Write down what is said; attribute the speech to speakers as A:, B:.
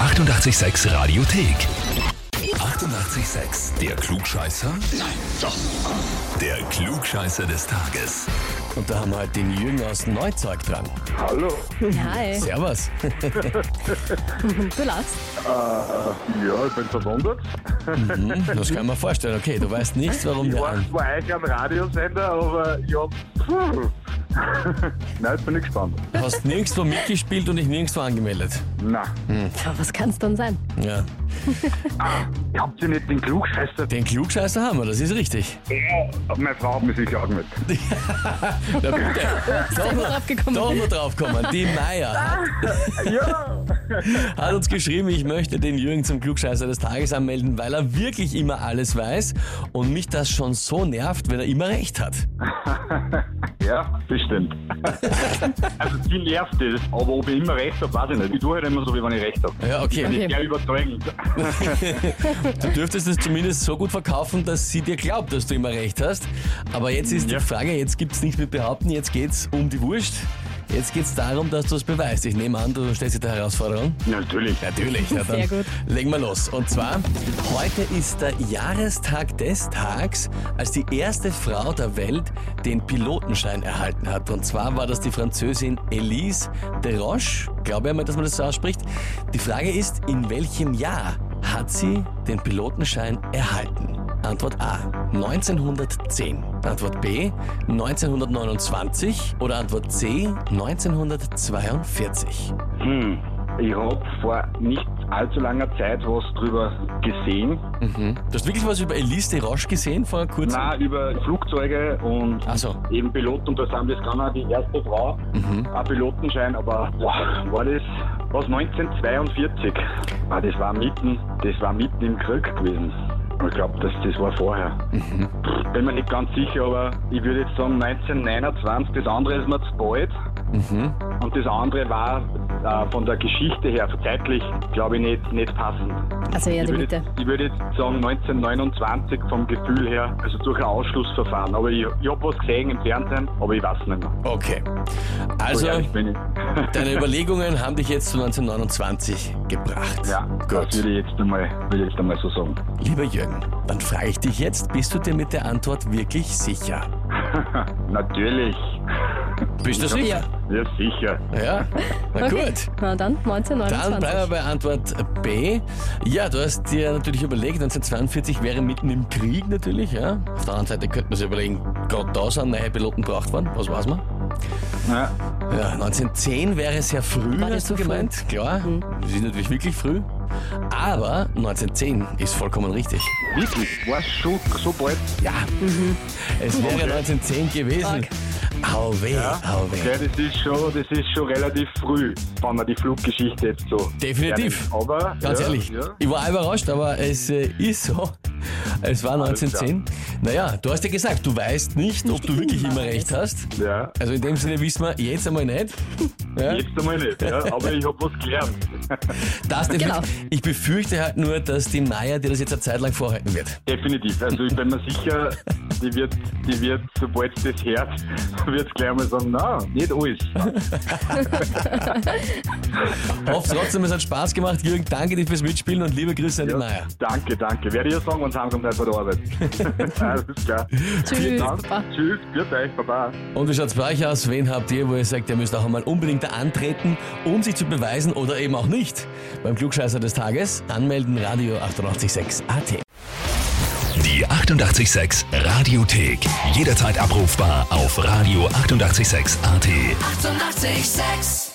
A: 886 Radiothek. 88,6. Der Klugscheißer? Nein, doch. Der Klugscheißer des Tages.
B: Und da haben wir halt den Jürgen aus Neuzeug dran.
C: Hallo,
D: Hi,
B: Servus.
D: du lachst.
C: ja, ich bin verwundert.
B: Das kann ich mir vorstellen. Okay, du weißt nicht, warum
C: Ich
B: der
C: war
B: an.
C: zwar eigentlich am Radiosender, aber ja, puh. Nein, jetzt bin ich gespannt.
B: Du hast nirgendwo mitgespielt und dich nirgendwo angemeldet.
C: Na,
D: Ja, was kann es dann sein?
B: Ja.
C: ich hab sie nicht den Klugscheißer.
B: Den Klugscheißer haben wir, das ist richtig.
C: Ja, meine Frau hat mich sicher auch mit.
B: Na bitte. Doch
D: Selber
B: noch,
D: draufgekommen.
B: doch noch drauf kommen. Die Meier hat,
C: Ja!
B: hat uns geschrieben, ich möchte den Jürgen zum Klugscheißer des Tages anmelden, weil er wirklich immer alles weiß und mich das schon so nervt, wenn er immer recht hat.
C: Ja, bestimmt. also, sie nervt das, aber ob ich immer recht habe, weiß ich nicht. Ich tue halt immer so, wie wenn ich recht habe.
B: Ja, okay.
C: Sehr überzeugend.
B: Du dürftest es zumindest so gut verkaufen, dass sie dir glaubt, dass du immer recht hast. Aber jetzt ist die Frage, jetzt gibt's nichts mit Behaupten, jetzt geht's um die Wurst. Jetzt geht's darum, dass du es beweist. Ich nehme an, du stellst dir die Herausforderung.
C: Natürlich.
B: Natürlich. Na, dann
D: Sehr gut.
B: Legen wir los. Und zwar, heute ist der Jahrestag des Tags, als die erste Frau der Welt den Pilotenschein erhalten hat. Und zwar war das die Französin Elise de Roche. Glaube ich mal, dass man das so ausspricht. Die Frage ist, in welchem Jahr hat sie den Pilotenschein erhalten? Antwort A 1910. Antwort B 1929 oder Antwort C 1942.
C: Hm. Ich habe vor nicht allzu langer Zeit was drüber gesehen.
B: Mhm. Du hast wirklich was über Elise de Roche gesehen vor kurzem?
C: Nein, über Flugzeuge und
B: Ach so.
C: eben Pilot und das haben wir Scanner, die erste Frau, ein Pilotenschein, aber boah, war das was 1942? Ah, das war mitten, das war mitten im Krieg gewesen. Ich glaube, das, das war vorher. Pff, Bin mir nicht ganz sicher, aber ich würde jetzt sagen 1929. Das andere ist mir zu bald. Und das andere war äh, von der Geschichte her zeitlich, glaube ich, nicht, nicht passend.
D: Also eher
C: Ich
D: die
C: würde, jetzt,
D: Mitte.
C: ich würde jetzt sagen 1929 vom Gefühl her, also durch ein Ausschlussverfahren. Aber ich, ich habe was gesehen im Fernsehen, aber ich weiß nicht mehr.
B: Okay.
C: So
B: Also,
C: ehrlich bin ich.
B: deine Überlegungen haben dich jetzt zu 1929 gebracht.
C: ja, das
B: Gut.
C: würde ich jetzt einmal, würde ich jetzt einmal so sagen.
B: Lieber Jürgen, dann frage ich dich jetzt, bist du dir mit der Antwort wirklich sicher?
C: Natürlich.
B: Bist du sicher?
C: Ja, sicher.
B: Ja. Na
D: Okay.
B: gut.
D: Na dann,
B: Dann
D: 1929.
B: bleiben wir bei Antwort B. Ja, du hast dir natürlich überlegt, 1942 wäre mitten im Krieg natürlich. Ja. Auf der anderen Seite könnte man sich überlegen, gerade da sind neue Piloten braucht worden. Was weiß man?
C: Ja,
B: Ja, 1910 wäre sehr früh,
D: War
B: hast
D: das
B: du
D: so früh?
B: gemeint. Klar, das ist natürlich wirklich früh. Aber 1910 ist vollkommen richtig.
C: wirklich? War schon so bald?
B: Ja, es wäre 1910 gewesen.
D: Arg.
B: Au weh, au weh.
C: Okay, das ist schon, das ist schon relativ früh, wenn man die Fluggeschichte jetzt so.
B: Definitiv.
C: Aber
B: Ganz
C: ja,
B: ehrlich,
C: Ja.
B: ich war auch überrascht, aber es äh, ist so. Es war 1910. Naja, du hast ja gesagt, du weißt nicht, ob du wirklich immer recht hast.
C: ja.
B: Also in dem Sinne wissen wir jetzt einmal nicht. Ja?
C: Jetzt einmal nicht, ja, aber ich habe was gelernt.
B: Das definitiv.
D: Genau.
B: Ich befürchte halt nur, dass die Maya dir das jetzt eine Zeit lang vorhalten wird.
C: Definitiv. Also ich bin mir sicher, die wird, die wird, sobald sie das hört, wird gleich mal sagen, na, nicht alles.
B: Hoffe trotzdem, es hat Spaß gemacht. Jürgen, danke dir fürs Mitspielen und liebe Grüße an die Meier.
C: Danke, danke. Werde ich ja sagen, wenn es heimkommt, halt von der Arbeit. Alles klar.
D: Tschüss,
C: Dann,
D: Papa.
C: tschüss, grüß euch, Baba.
B: Und wie schaut's bei euch aus? Wen habt ihr, wo ihr sagt, ihr müsst auch einmal unbedingt da antreten, um sich zu beweisen oder eben auch nicht? Beim Klugscheißer des Tages anmelden Radio 886 AT.
A: Die 88,6 Radiothek. Jederzeit abrufbar auf radio886.at. 88,6.
E: Eighty-eight, sex.